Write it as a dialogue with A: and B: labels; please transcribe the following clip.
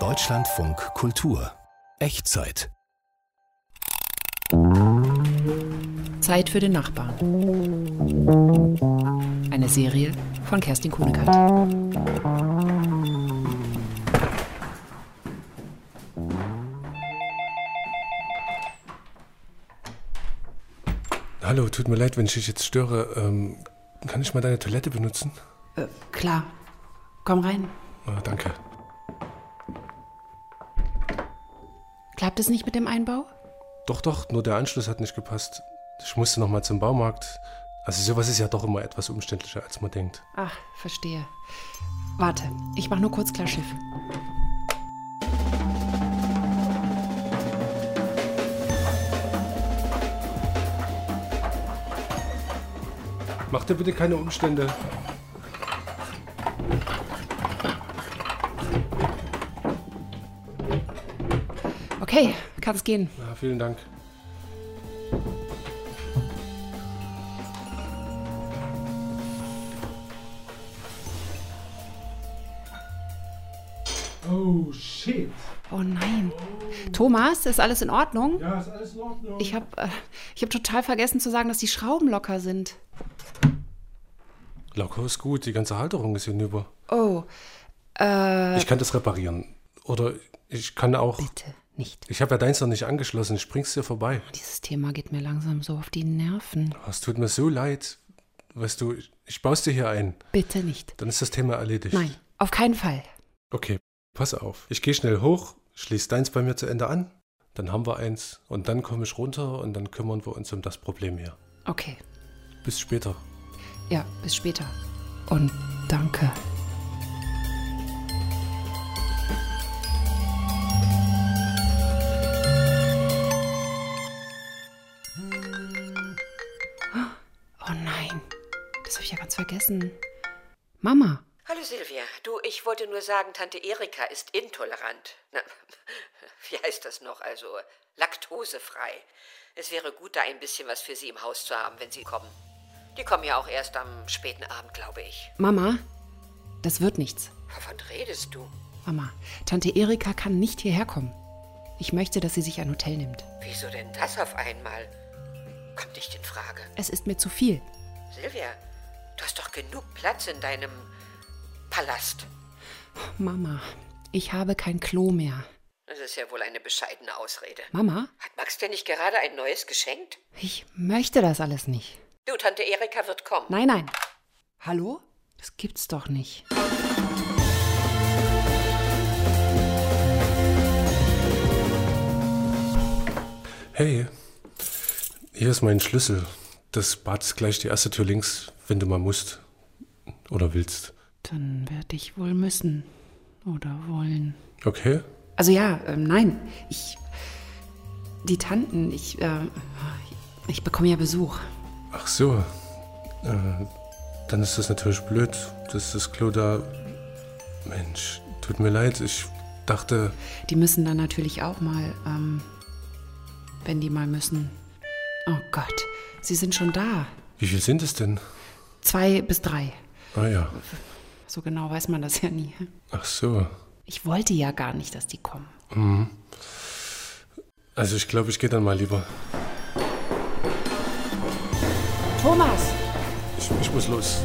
A: Deutschlandfunk Kultur. Echtzeit.
B: Zeit für den Nachbarn. Eine Serie von Kerstin Kuhnekart.
C: Hallo, tut mir leid, wenn ich dich jetzt störe. Ähm, kann ich mal deine Toilette benutzen?
B: Äh, klar. Komm rein.
C: Ah, danke.
B: Klappt es nicht mit dem Einbau?
C: Doch, doch, nur der Anschluss hat nicht gepasst. Ich musste nochmal zum Baumarkt. Also sowas ist ja doch immer etwas umständlicher, als man denkt.
B: Ach, verstehe. Warte, ich mach nur kurz klar Schiff.
C: Mach dir bitte keine Umstände.
B: Okay, kann's gehen.
C: Ja, vielen Dank. Oh, shit.
B: Oh nein. Thomas, ist alles in Ordnung?
C: Ja, ist alles in Ordnung.
B: Ich habe äh, ich hab total vergessen zu sagen, dass die Schrauben locker sind.
C: Locker ist gut, die ganze Halterung ist hinüber.
B: Oh, äh,
C: Ich kann das reparieren. Oder ich kann auch...
B: bitte nicht.
C: Ich habe ja deins noch nicht angeschlossen, ich bring's dir vorbei.
B: Dieses Thema geht mir langsam so auf die Nerven.
C: Oh, Es tut mir so leid. Weißt du, ich, ich baue dir hier ein.
B: Bitte nicht.
C: Dann ist das Thema erledigt.
B: Nein, auf keinen Fall.
C: Okay, pass auf. Ich gehe schnell hoch, schließ deins bei mir zu Ende an. Dann haben wir eins. Und dann komme ich runter und dann kümmern wir uns um das Problem hier.
B: Okay,
C: Bis später.
B: ja, bis später. Und danke. Oh nein, das habe ich ja ganz vergessen. Mama,
D: Hallo Silvia, du, ich wollte nur sagen, Tante Erika ist intolerant. Na, wie heißt das noch? Also laktosefrei. Es wäre gut, da ein bisschen was für sie im Haus zu haben, wenn sie kommen. Die kommen ja auch erst am späten Abend, glaube ich.
B: Mama, das wird nichts.
D: Wovon redest du?
B: Mama, Tante Erika kann nicht hierher kommen. Ich möchte, dass sie sich ein Hotel nimmt.
D: Wieso denn das auf einmal? Kommt nicht in Frage.
B: Es ist mir zu viel.
D: Silvia, du hast doch genug Platz in deinem Palast.
B: Mama, ich habe kein Klo mehr.
D: Das ist ja wohl eine bescheidene Ausrede.
B: Mama,
D: Hat Max dir nicht gerade ein neues geschenkt?
B: ich möchte das alles nicht.
D: Du, Tante Erika wird kommen.
B: Nein, nein. Hallo? Das gibt's doch nicht.
C: Hey, hier ist mein Schlüssel. Das Bad ist gleich die erste Tür links, wenn du mal musst. Oder willst.
B: Dann werde ich wohl müssen. Oder wollen.
C: Okay?
B: Also ja, ähm, nein. Ich. Die Tanten, ich. Äh, ich bekomme ja Besuch.
C: Ach so. Äh, dann ist das natürlich blöd, dass das Klo da. Mensch, tut mir leid. Ich dachte.
B: Die müssen dann natürlich auch mal, ähm, wenn die mal müssen. Oh Gott, sie sind schon da.
C: Wie viel sind es denn?
B: Zwei bis drei.
C: Ah ja.
B: So genau weiß man das ja nie.
C: Ach so.
B: Ich wollte ja gar nicht, dass die kommen.
C: Also ich glaube, ich gehe dann mal lieber.
B: Thomas!
C: Ich, ich muss los.